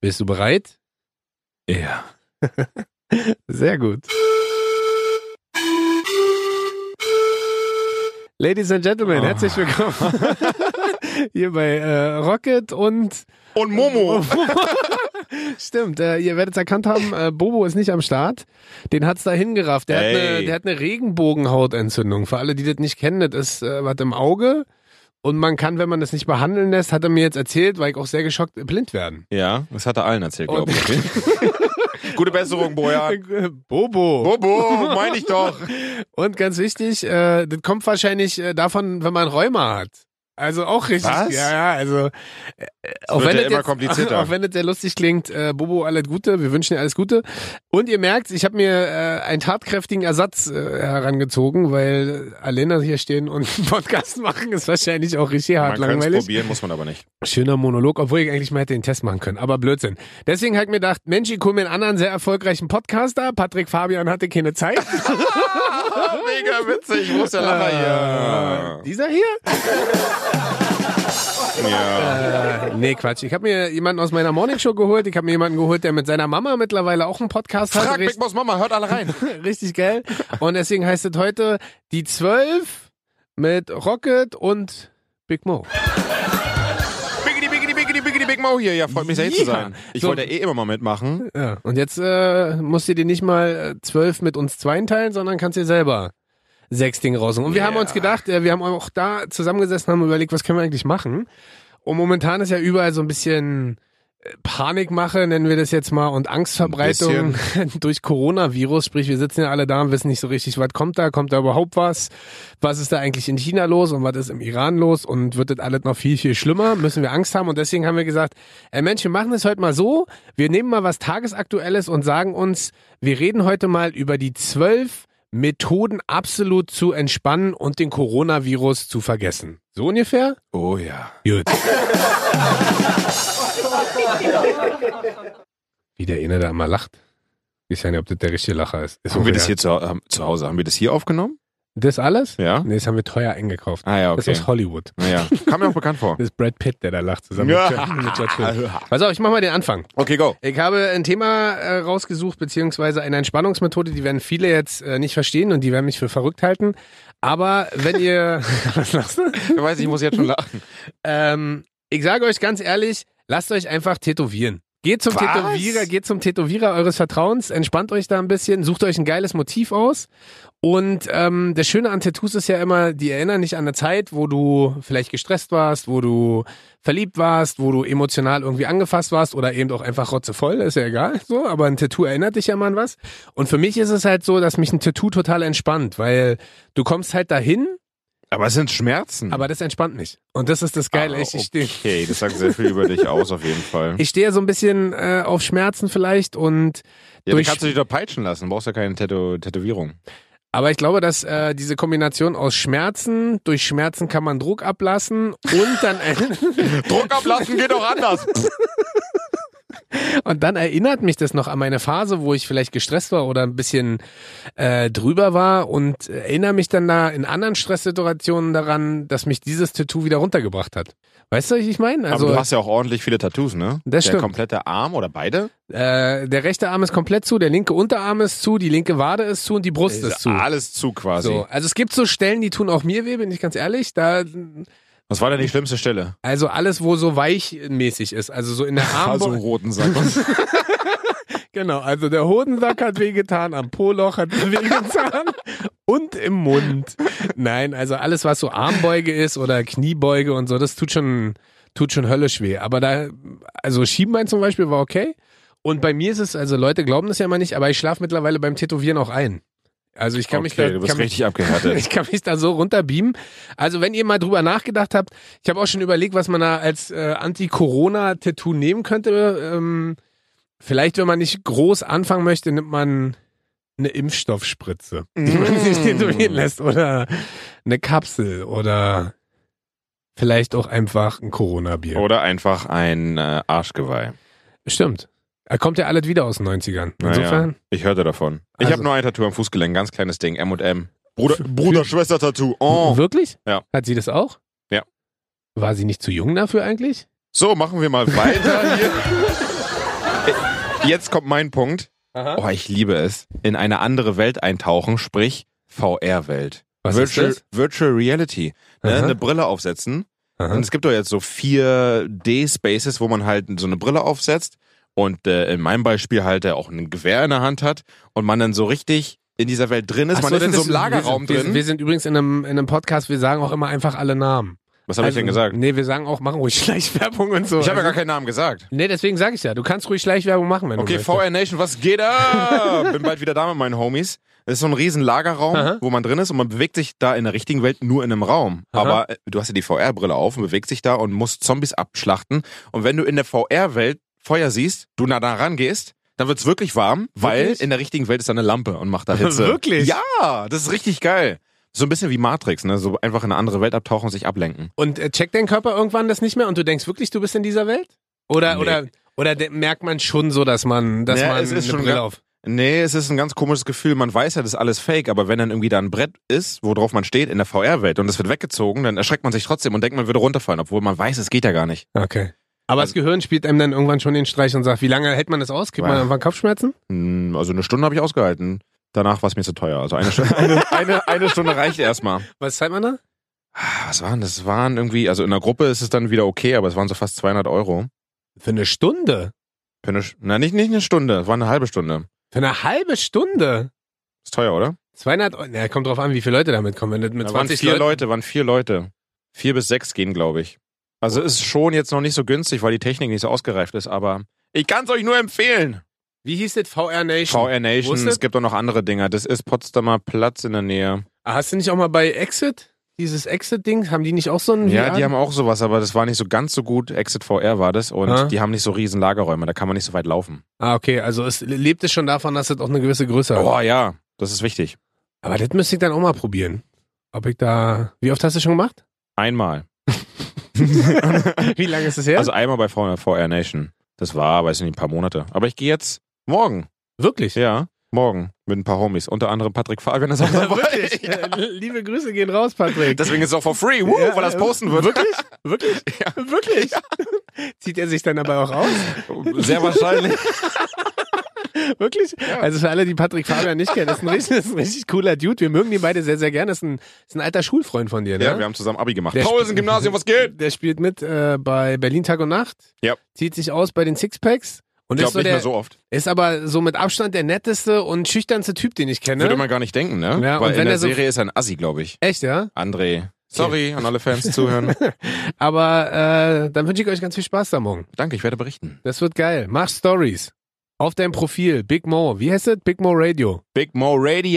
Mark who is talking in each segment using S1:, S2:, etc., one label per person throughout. S1: Bist du bereit?
S2: Ja.
S1: Sehr gut. Ladies and Gentlemen,
S2: Oh.
S1: herzlich willkommen hier bei äh, Rocket und
S2: Und Momo.
S1: stimmt, äh, ihr werdet es erkannt haben, äh, Bobo ist nicht am Start. Den hat's da hingerafft. Der, hat eine,
S2: Ey.
S1: der hat eine Regenbogenhautentzündung. Für alle, die das nicht kennen, das ist äh, was im Auge. Und man kann, wenn man das nicht behandeln lässt, hat er mir jetzt erzählt, weil ich auch sehr geschockt, blind werden.
S2: Ja, das hat er allen erzählt,
S1: Und-
S2: glaube ich. Gute Besserung, Bojan.
S1: Bobo.
S2: Bobo, meine ich doch.
S1: Und ganz wichtig, äh, das kommt wahrscheinlich äh, davon, wenn man Rheuma hat. Also auch richtig.
S2: Was?
S1: Ja, ja, also äh, auch,
S2: wird
S1: wenn
S2: ja
S1: das
S2: immer
S1: jetzt,
S2: komplizierter.
S1: auch wenn das sehr lustig klingt, äh, Bobo, alles Gute, wir wünschen dir alles Gute. Und ihr merkt, ich habe mir äh, einen tatkräftigen Ersatz äh, herangezogen, weil alleine hier stehen und einen Podcast machen ist wahrscheinlich auch richtig hart
S2: Man kann es
S1: langweilig.
S2: probieren, muss man aber nicht.
S1: Schöner Monolog, obwohl ich eigentlich mal hätte den Test machen können, aber Blödsinn. Deswegen habe ich mir gedacht, Mensch, ich hole mir einen anderen sehr erfolgreichen Podcaster. Patrick Fabian hatte keine Zeit.
S2: Ah, Mega witzig, wo ist der
S1: Äh, Dieser hier?
S2: hier? Ah, Ja.
S1: Äh, nee, Quatsch. Ich habe mir jemanden aus meiner Morningshow geholt. Ich habe mir jemanden geholt, der mit seiner Mama mittlerweile auch einen Podcast hat.
S2: Frag Big
S1: Richtig,
S2: Boss Mama, hört alle rein.
S1: richtig geil. Und deswegen heißt es heute die 12 mit Rocket und Big Mo.
S2: Biggity, biggity, biggity, biggity, Big Mo hier. Ja, freut mich sehr, hier zu
S1: Ja.
S2: sein. Ich
S1: So.
S2: wollte eh immer mal mitmachen.
S1: Ja. Und jetzt äh, musst du dir nicht mal äh, 12 mit uns zweien teilen, sondern kannst dir selber sechs Dinge raussuchen. Und wir haben
S2: Ja.
S1: uns gedacht, äh, wir haben auch da zusammengesessen, haben überlegt, was können wir eigentlich machen. Und momentan ist ja überall so ein bisschen äh, Panikmache, nennen wir das jetzt mal, und Angstverbreitung durch Coronavirus. Sprich, wir sitzen ja alle da und wissen nicht so richtig, was kommt da, kommt da überhaupt was? Was ist da eigentlich in China los und was ist im Iran los? Und wird das alles noch viel, viel schlimmer? Müssen wir Angst haben? Und deswegen haben wir gesagt, ey Mensch, wir machen es heute mal so. Wir nehmen mal was Tagesaktuelles und sagen uns, wir reden heute mal über die zwölf Methoden absolut zu entspannen und den Coronavirus zu vergessen. So ungefähr?
S2: Oh ja.
S1: Gut. Wie der eine da immer lacht. Ich weiß nicht, ob das der richtige Lacher ist. ist
S2: Haben wir
S1: auch
S2: das
S1: egal.
S2: hier zu, ähm, zu Hause? Haben wir das hier aufgenommen?
S1: Das alles?
S2: Ja.
S1: Nee, das haben wir teuer eingekauft.
S2: Ah ja,
S1: Das ist
S2: okay.
S1: aus Hollywood.
S2: Ja. Kam mir auch bekannt vor.
S1: Das ist Brad Pitt, der da lacht zusammen
S2: Ja.
S1: mit, mit George Clooney. Pass auf, ich mach mal den Anfang.
S2: Okay, go.
S1: Ich habe ein Thema äh, rausgesucht, beziehungsweise eine Entspannungsmethode, die werden viele jetzt äh, nicht verstehen und die werden mich für verrückt halten. Aber wenn ihr. Was lachst du?
S2: Ich weiß, ich muss jetzt schon lachen.
S1: Ähm, ich sage euch ganz ehrlich, lasst euch einfach tätowieren. Geht zum
S2: Was?
S1: Tätowierer, geht zum Tätowierer eures Vertrauens, entspannt euch da ein bisschen, sucht euch ein geiles Motiv aus. Und ähm, das Schöne an Tattoos ist ja immer, die erinnern dich an eine Zeit, wo du vielleicht gestresst warst, wo du verliebt warst, wo du emotional irgendwie angefasst warst oder eben auch einfach rotzevoll, ist ja egal, so, aber ein Tattoo erinnert dich ja mal an was. Und für mich ist es halt so, dass mich ein Tattoo total entspannt, weil du kommst halt dahin,
S2: Aber es sind Schmerzen.
S1: aber das entspannt mich. Und das ist das Geile,
S2: Hm. Ah,
S1: ich, ich
S2: okay.
S1: steh-
S2: das sagt sehr viel über dich aus, auf jeden Fall.
S1: Ich stehe so ein bisschen äh, auf Schmerzen vielleicht und
S2: Ja, dann
S1: durch-
S2: kannst du dich doch peitschen lassen, du brauchst ja keine Tätow Tätowierung.
S1: aber ich glaube, dass äh, diese Kombination aus Schmerzen, durch Schmerzen kann man Druck ablassen und dann
S2: Druck ablassen geht auch anders.
S1: und dann erinnert mich das noch an meine Phase, wo ich vielleicht gestresst war oder ein bisschen äh, drüber war und erinnere mich dann da in anderen Stresssituationen daran, dass mich dieses Tattoo wieder runtergebracht hat. Weißt du, was ich meine?
S2: Aber du hast ja auch ordentlich viele Tattoos, ne?
S1: Also Das
S2: Der
S1: stimmt.
S2: komplette Arm oder beide?
S1: äh, der rechte Arm ist komplett zu, der linke Unterarm ist zu, die linke Wade ist zu und die Brust ist zu.
S2: Alles zu quasi.
S1: So, also es gibt so Stellen, die tun auch mir weh, bin ich ganz ehrlich. Da,
S2: Was war denn die schlimmste Stelle?
S1: also alles, wo so weichmäßig ist, also so in der Arm.
S2: Also im roten Sack.
S1: genau, also der Hodensack hat wehgetan, am Poloch hat wehgetan und im Mund. Nein, also alles, was so Armbeuge ist oder Kniebeuge und so, das tut schon, tut schon höllisch weh. Aber da, also Schienbein zum Beispiel war okay. Und bei mir ist es, also Leute glauben das ja mal nicht, aber ich schlafe mittlerweile beim Tätowieren auch ein. Also ich kann mich da,
S2: okay, du bist
S1: kann mich,
S2: richtig abgehärtet.
S1: Ich kann mich da so runterbeamen. Also wenn ihr mal drüber nachgedacht habt, ich habe auch schon überlegt, was man da als äh, Anti-Corona-Tattoo nehmen könnte. Ähm, vielleicht, wenn man nicht groß anfangen möchte, nimmt man eine Impfstoffspritze, die man sich tätowieren lässt oder eine Kapsel oder vielleicht auch einfach ein Corona-Bier.
S2: Oder einfach ein äh, Arschgeweih.
S1: Stimmt. Er kommt ja alles wieder aus den 90ern.
S2: Naja,
S1: Insofern.
S2: Ich hörte davon. Ich
S1: Also-
S2: habe nur ein Tattoo am Fußgelenk, ganz kleines Ding, M&M. Bruder, Bruder Schwester Tattoo. Oh.
S1: Wirklich?
S2: Ja.
S1: Hat sie das auch?
S2: Ja.
S1: War sie nicht zu jung dafür eigentlich?
S2: So, machen wir mal weiter hier. jetzt kommt mein Punkt.
S1: Aha.
S2: Oh, ich liebe es. In eine andere Welt eintauchen, sprich VR-Welt.
S1: Was
S2: Virtual,
S1: ist
S2: Virtual Reality. Ne?
S1: Aha.
S2: Eine Brille aufsetzen.
S1: das?
S2: Und es gibt doch jetzt so 4D-Spaces, wo man halt so eine Brille aufsetzt und äh, in meinem Beispiel halt äh, auch ein Gewehr in der Hand hat und man dann so richtig in dieser Welt drin ist.
S1: Ach
S2: man ist in
S1: das
S2: so einem Lagerraum
S1: wir,
S2: drin.
S1: Wir, wir sind übrigens in einem, in einem Podcast, wir sagen auch immer einfach alle Namen. Also,
S2: Was habe ich denn gesagt?
S1: Nee, wir sagen auch, machen ruhig Schleichwerbung und so.
S2: Ich habe ja
S1: Also-
S2: gar keinen Namen gesagt.
S1: Nee, deswegen sage ich ja, du kannst ruhig Schleichwerbung machen, wenn
S2: Okay,
S1: du möchtest.
S2: VR Nation, was geht ab? Bin bald wieder da mit meinen Homies. Es ist so ein riesen Lagerraum,
S1: Aha.
S2: wo man drin ist und man bewegt sich da in der richtigen Welt nur in einem Raum.
S1: Aha.
S2: Aber äh, du hast ja die VR-Brille auf und bewegst dich da und musst Zombies abschlachten. Und wenn du in der VR-Welt Feuer siehst, du nah da rangehst, dann wird's wirklich warm, weil
S1: Wirklich?
S2: in der richtigen Welt ist da eine Lampe und macht da Hitze.
S1: Wirklich?
S2: Ja, das ist richtig geil. So ein bisschen wie Matrix, ne? So einfach in eine andere Welt abtauchen und sich ablenken.
S1: Und äh, checkt dein Körper irgendwann das nicht mehr und du denkst wirklich, du bist in dieser Welt? Oder,
S2: Nee.
S1: oder, oder de- merkt man schon so, dass man, dass
S2: Ja,
S1: man
S2: es ist
S1: eine
S2: schon
S1: Brille
S2: ga-
S1: auf.
S2: Nee, es ist ein ganz komisches Gefühl. Man weiß ja, das ist alles fake, aber wenn dann irgendwie da ein Brett ist, worauf man steht in der VR-Welt und es wird weggezogen, dann erschreckt man sich trotzdem und denkt, man würde runterfallen, obwohl man weiß, es geht ja gar nicht.
S1: Okay. Aber
S2: Also
S1: das Gehirn spielt einem dann irgendwann schon den Streich und sagt, wie lange hält man das aus? Kriegt man
S2: Ja.
S1: irgendwann Kopfschmerzen?
S2: Hm, Also eine Stunde habe ich ausgehalten. Danach war es mir zu teuer. Also eine Stunde, eine, eine, eine Stunde reicht erstmal.
S1: Was zeigt man da?
S2: Ah, Was waren das? Es waren irgendwie, also in der Gruppe ist es dann wieder okay, aber es waren so fast 200 Euro.
S1: Für eine Stunde.
S2: Für eine, Sch- na, nicht, nicht eine Stunde, es war eine halbe Stunde.
S1: Für eine halbe Stunde.
S2: Ist teuer, oder?
S1: 200 Euro. Na, kommt drauf an, wie viele Leute damit kommen. Wenn du mit
S2: Da waren
S1: 20
S2: vier
S1: Leuten.
S2: Leute, waren vier Leute. Vier bis sechs gehen, glaube ich.
S1: Oh.
S2: Also ist schon jetzt noch nicht so günstig, weil die Technik nicht so ausgereift ist, aber ich kann es euch nur empfehlen.
S1: Wie hieß das? VR Nation.
S2: VR
S1: Wo
S2: Nation,
S1: ist das?
S2: es gibt auch noch andere Dinger. Das ist Potsdamer Platz in der Nähe.
S1: Ah, Hast du nicht auch mal bei Exit? Dieses Exit-Ding? Haben die nicht auch so einen
S2: Ja,
S1: VR?
S2: die haben auch sowas, aber das war nicht so ganz so gut. Exit VR war das und
S1: Ah.
S2: die haben nicht so riesen Lagerräume, da kann man nicht so weit laufen.
S1: Ah, okay. Also es lebt es schon davon, dass es auch eine gewisse Größe hat.
S2: Oh ja, das ist wichtig.
S1: Aber das müsste ich dann auch mal probieren. Ob ich da. Wie oft hast du schon gemacht?
S2: Einmal.
S1: Wie lange ist es her?
S2: Also einmal bei VR Nation. Das war, weiß ich nicht, ein paar Monate. Aber ich gehe jetzt morgen.
S1: wirklich.
S2: Ja, morgen mit ein paar Homies. Unter anderem Patrick Fabian ist auch dabei.
S1: wirklich. Äh, Liebe Grüße gehen raus, Patrick.
S2: Deswegen ist es auch for free, woo,
S1: Ja,
S2: weil er es
S1: äh,
S2: posten wird.
S1: Wirklich? Wirklich? Wirklich? Zieht er sich dann dabei auch aus?
S2: Sehr wahrscheinlich.
S1: Wirklich? Also für alle, die Patrick Fabian nicht kennen, ist ein richtig, ist ein richtig cooler Dude. Wir mögen die beide sehr, sehr gerne. Ist ein, ist ein alter Schulfreund von dir, ne?
S2: Ja, wir haben zusammen Abi gemacht.
S1: Der
S2: Paulsen Gymnasium, was geht?
S1: Der spielt mit äh, bei Berlin Tag und Nacht.
S2: Ja.
S1: Zieht sich aus bei den Sixpacks. Und
S2: Ich
S1: ist,
S2: glaube
S1: so
S2: nicht mehr
S1: der,
S2: so oft.
S1: ist aber so mit Abstand der netteste und schüchternste Typ, den ich kenne.
S2: Würde man gar nicht denken, ne?
S1: Ja, und
S2: Weil
S1: wenn
S2: in der
S1: er so-
S2: Serie ist er ein Assi, glaube ich.
S1: Echt, ja?
S2: André. Sorry an alle Fans zuhören.
S1: Aber äh, dann wünsche ich euch ganz viel Spaß da morgen.
S2: Danke, ich werde berichten.
S1: Das wird geil. Mach Stories. Auf deinem Profil. Big Mo. Wie heißt das? Big Mo Radio.
S2: Big Mo Radio.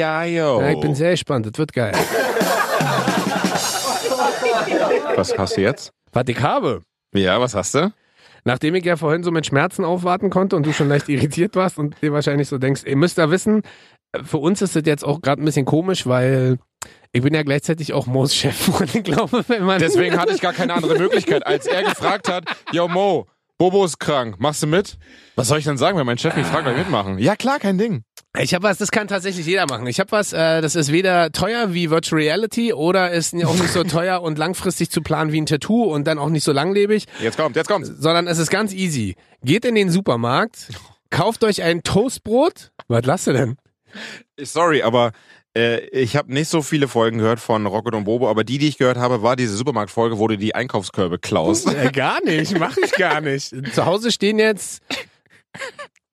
S1: Ja, ich bin sehr gespannt. Das wird geil.
S2: was hast du jetzt?
S1: Was ich habe.
S2: Ja, was hast du?
S1: Nachdem ich ja vorhin so mit Schmerzen aufwarten konnte und du schon leicht irritiert warst und dir wahrscheinlich so denkst, ihr müsst da wissen, äh, für uns ist das jetzt auch gerade ein bisschen komisch, weil ich bin ja gleichzeitig auch Moos Chef und ich glaube, wenn man...
S2: Deswegen hatte ich gar keine andere Möglichkeit, als er gefragt hat, yo Mo, Bobo ist krank, machst du mit? Was soll ich denn sagen, wenn mein Chef mich fragt, ob ich mitmachen? Ja klar, kein Ding.
S1: Ich habe was, das kann tatsächlich jeder machen. Ich habe was, äh, das ist weder teuer wie Virtual Reality oder ist auch nicht so teuer und langfristig zu planen wie ein Tattoo und dann auch nicht so langlebig,
S2: Jetzt kommt, jetzt kommt.
S1: sondern es ist ganz easy. Geht in den Supermarkt, kauft euch ein Toastbrot. Was lasst ihr denn?
S2: Sorry, aber äh, ich habe nicht so viele Folgen gehört von Rocket und Bobo, aber die, die ich gehört habe, war diese Supermarktfolge, wo du die Einkaufskörbe klaust.
S1: Äh, gar nicht, mache ich gar nicht. Zu Hause stehen jetzt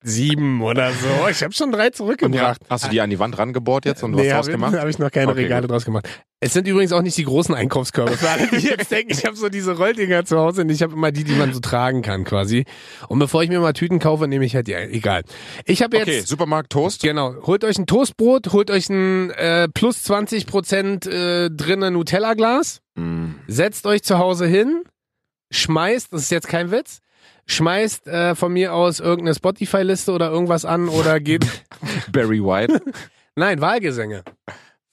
S1: sieben oder so. Ich habe schon drei zurückgebracht.
S2: Hast du die an die Wand rangebohrt jetzt und was
S1: Nee,
S2: draus
S1: habe
S2: gemacht?
S1: hab ich noch keine
S2: Okay,
S1: Regale draus gemacht. Es sind übrigens auch nicht die großen Einkaufskörbe. Für alle, die jetzt denken, ich habe so diese Rolldinger zu Hause und ich habe immer die, die man so tragen kann quasi. Und bevor ich mir mal Tüten kaufe, nehme ich halt die. Egal. Ich habe Also jetzt...
S2: Okay, Supermarkt Toast.
S1: Genau, holt euch ein Toastbrot, holt euch ein äh, plus 20% äh, drinne Nutella-Glas,
S2: Mm.
S1: setzt euch zu Hause hin, schmeißt, das ist jetzt kein Witz, schmeißt äh, von mir aus irgendeine Spotify-Liste oder irgendwas an oder geht...
S2: Barry White.
S1: Nein, Wahlgesänge.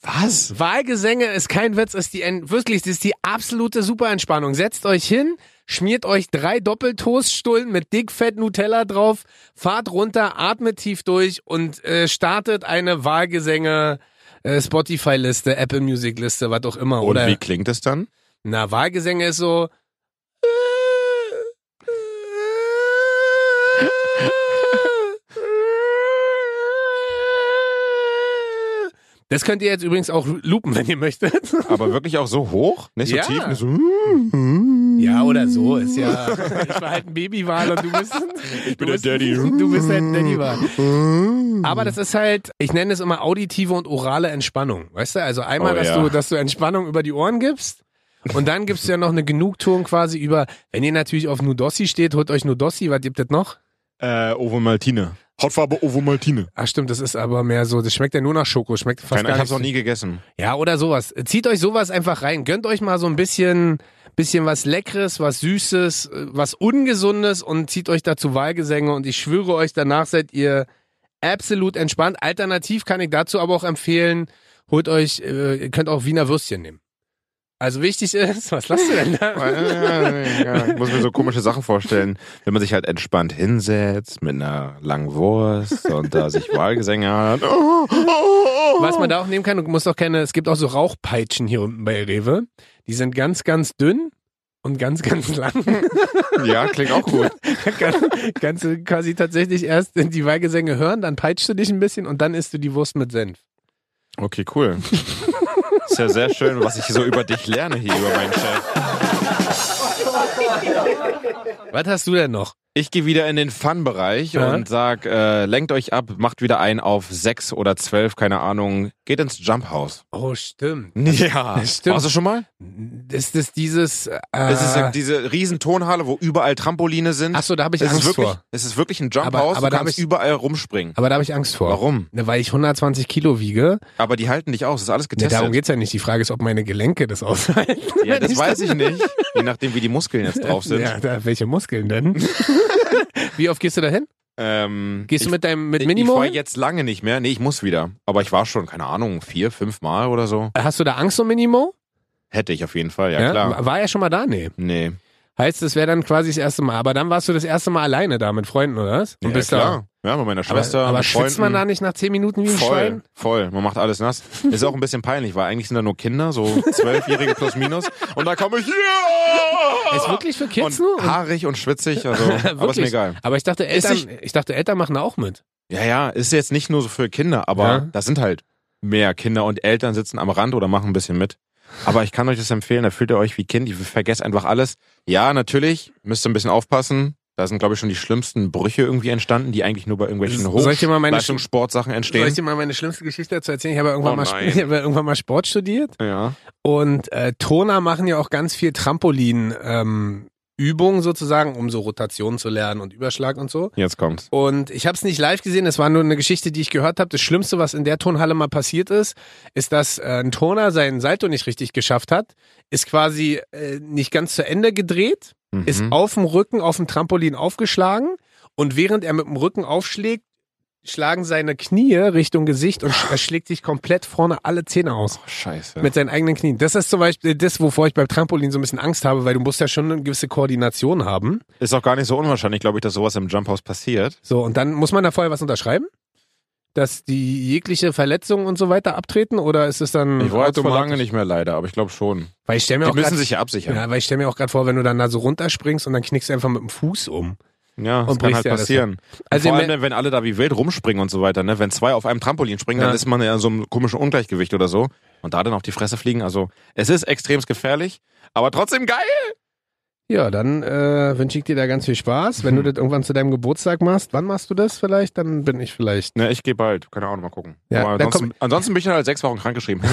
S2: Was?
S1: Wahlgesänge ist kein Witz, ist die en- wirklich, das ist die absolute Superentspannung. Setzt euch hin, schmiert euch drei Doppeltoaststullen mit dickfett Nutella drauf, fahrt runter, atmet tief durch und äh, startet eine Wahlgesänge äh, Spotify Liste, Apple Music Liste, was auch immer,
S2: Und
S1: oder?
S2: wie klingt es dann?
S1: Na, Wahlgesänge ist so Das könnt ihr jetzt übrigens auch lupen, wenn ihr möchtet.
S2: Aber wirklich auch so hoch? Nicht so
S1: Ja.
S2: tief? Nicht so,
S1: Ja, oder so. Ist ja. Ich war halt ein Babywal und du bist. Ich
S2: bin
S1: du
S2: der
S1: bist,
S2: Daddy.
S1: Du bist halt ein Daddywal. Aber das ist halt, ich nenne es immer auditive und orale Entspannung. Weißt du? Also einmal,
S2: Oh,
S1: dass
S2: ja.
S1: du, dass du Entspannung über die Ohren gibst. Und dann gibst du ja noch eine Genugtuung quasi über, wenn ihr natürlich auf Nudossi steht, holt euch Nudossi, was gibt es noch?
S2: äh, Ovo Maltine. Hautfarbe Ovo Maltine.
S1: Ach Ah, stimmt, das ist aber mehr so, das schmeckt ja nur nach Schoko, schmeckt fast
S2: Keine, ich
S1: gar
S2: hab's
S1: nicht.
S2: noch nie gegessen.
S1: Ja, oder sowas. Zieht euch sowas einfach rein. Gönnt euch mal so ein bisschen, bisschen was Leckeres, was Süßes, äh, was Ungesundes und zieht euch dazu Wahlgesänge und ich schwöre euch, danach seid ihr absolut entspannt. Alternativ kann ich dazu aber auch empfehlen, holt euch, äh, ihr könnt auch Wiener Würstchen nehmen. Also wichtig ist, was lasst ihr denn da?
S2: Äh, ja, ich muss mir so komische Sachen vorstellen, wenn man sich halt entspannt hinsetzt mit einer langen Wurst und da sich Wahlgesänge hat.
S1: Was man da auch nehmen kann, du musst auch keine, es gibt auch so Rauchpeitschen hier unten bei Rewe. Die sind ganz, ganz dünn und ganz, ganz lang.
S2: Ja, klingt auch gut.
S1: Kann, kannst du quasi tatsächlich erst die Wahlgesänge hören, dann peitschst du dich ein bisschen und dann isst du die Wurst mit Senf.
S2: Okay, cool. Ist ja sehr schön, was ich so über dich lerne hier über meinen Chef.
S1: Was hast du denn noch?
S2: Ich gehe wieder in den Fun-Bereich
S1: Ja.
S2: und sag, äh, lenkt euch ab, macht wieder ein auf sechs oder zwölf, keine Ahnung. Geht ins Jump House.
S1: Oh, stimmt.
S2: Ja,
S1: stimmt.
S2: Warst du schon mal?
S1: Ist das dieses. Äh,
S2: Es ist äh, diese riesen Tonhalle, wo überall Trampoline sind.
S1: achso, da habe ich
S2: es,
S1: Angst
S2: ist wirklich,
S1: vor.
S2: es ist wirklich ein Jump
S1: Aber-
S2: House,
S1: aber da
S2: du kannst
S1: hab ich-
S2: überall rumspringen.
S1: Aber da habe ich Angst vor.
S2: Warum?
S1: Ne, weil ich 120 Kilo wiege.
S2: Aber die halten dich aus, ist alles
S1: Ne,
S2: getestet.
S1: darum geht's ja nicht. Die Frage ist, ob meine Gelenke das aushalten.
S2: ja, das weiß ich nicht. Je nachdem, wie die Muskeln jetzt drauf sind.
S1: Ja, da, welche Muskeln denn? Wie oft gehst du da hin?
S2: Ähm,
S1: Gehst
S2: ich,
S1: du mit deinem mit
S2: ich, ich
S1: Minimo?
S2: fahre
S1: hin?
S2: jetzt lange nicht mehr. Nee, ich muss wieder. Aber ich war schon, keine Ahnung, vier, fünf Mal oder so.
S1: Hast du da Angst um Minimo?
S2: Hätte ich auf jeden Fall, ja, klar.
S1: War ja schon mal da? Nee.
S2: Nee.
S1: Heißt, es wäre dann quasi das erste Mal. Aber dann warst du das erste Mal alleine da mit Freunden, oder was?
S2: ja, klar. Ja, mit meiner
S1: da. Aber,
S2: Schwester,
S1: aber
S2: mit Freunden.
S1: schwitzt man da nicht nach zehn Minuten wie ein
S2: voll,
S1: Schwein?
S2: voll. Man macht alles nass. Ist auch ein bisschen peinlich, weil eigentlich sind da nur Kinder, so zwölfjährige plus minus. Und da komme ich hier.
S1: Ist wirklich für Kids
S2: und
S1: nur? Und-
S2: haarig und schwitzig, also, aber ist mir
S1: Wirklich?
S2: egal.
S1: Aber ich dachte,
S2: Ist
S1: Eltern, ich dachte, Eltern machen da auch mit.
S2: Ja, ja, ist jetzt nicht nur so für Kinder, aber
S1: Ja.
S2: das sind halt mehr Kinder und Eltern sitzen am Rand oder machen ein bisschen mit. Aber ich kann euch das empfehlen, da fühlt ihr euch wie Kind, ihr vergesst einfach alles. Ja, natürlich, müsst ihr ein bisschen aufpassen. Da sind, glaube ich, schon die schlimmsten Brüche irgendwie entstanden, die eigentlich nur bei irgendwelchen
S1: Soll ich dir mal meine-
S2: Hochleistungssportsachen
S1: Soll ich
S2: entstehen.
S1: dir mal meine schlimmste Geschichte dazu erzählen? Ich habe ja irgendwann,
S2: Oh
S1: mal, Sp-
S2: nein.
S1: ich habe ja irgendwann mal Sport studiert
S2: Ja.
S1: und äh, Turner machen ja auch ganz viel Trampolin. Ähm, Übungen sozusagen, um so Rotation zu lernen und Überschlag und so.
S2: Jetzt kommt's.
S1: Und ich habe es nicht live gesehen, das war nur eine Geschichte, die ich gehört habe. Das Schlimmste, was in der Turnhalle mal passiert ist, ist, dass äh, ein Turner seinen Salto nicht richtig geschafft hat, ist quasi äh, nicht ganz zu Ende gedreht,
S2: Mhm.
S1: ist auf dem Rücken auf dem Trampolin aufgeschlagen und während er mit dem Rücken aufschlägt, schlagen seine Knie Richtung Gesicht und sch- er schlägt sich komplett vorne alle Zähne aus.
S2: Scheiße.
S1: Mit seinen eigenen Knien. Das ist zum Beispiel das, wovor ich beim Trampolin so ein bisschen Angst habe, weil du musst ja schon eine gewisse Koordination haben.
S2: Ist auch gar nicht so unwahrscheinlich, glaube ich, dass sowas im Jump House passiert.
S1: So, und dann muss man da vorher was unterschreiben? Dass die jegliche Verletzung und so weiter abtreten? Oder ist es dann
S2: Ich war jetzt vor
S1: Mhm.
S2: lange
S1: automatisch?
S2: nicht mehr leider, aber ich glaube schon.
S1: Weil ich stelle mir,
S2: Die
S1: auch grad-
S2: müssen sich ja absichern.
S1: ja, weil ich stell mir auch gerade vor, wenn du dann da so runterspringst und dann knickst du einfach mit dem Fuß um.
S2: Ja, das
S1: Und
S2: kann
S1: brichst
S2: halt
S1: ja das
S2: passieren.
S1: Also
S2: Also
S1: ihr
S2: Vor allem,
S1: mer-
S2: dann, wenn alle da wie wild rumspringen und so weiter, ne? Wenn zwei auf einem Trampolin springen,
S1: Ja.
S2: dann ist man ja in so einem komischen Ungleichgewicht oder so. Und da dann auf die Fresse fliegen. Also, es ist extrem gefährlich, aber trotzdem geil.
S1: Ja, dann äh, wünsche ich dir da ganz viel Spaß. Wenn
S2: Hm.
S1: du das irgendwann zu deinem Geburtstag machst, wann machst du das vielleicht? Dann bin ich vielleicht.
S2: Ne, ich gehe bald. Keine Ahnung, mal gucken.
S1: Ja,
S2: aber
S1: dann
S2: ansonsten, ansonsten bin ich dann halt sechs Wochen krankgeschrieben.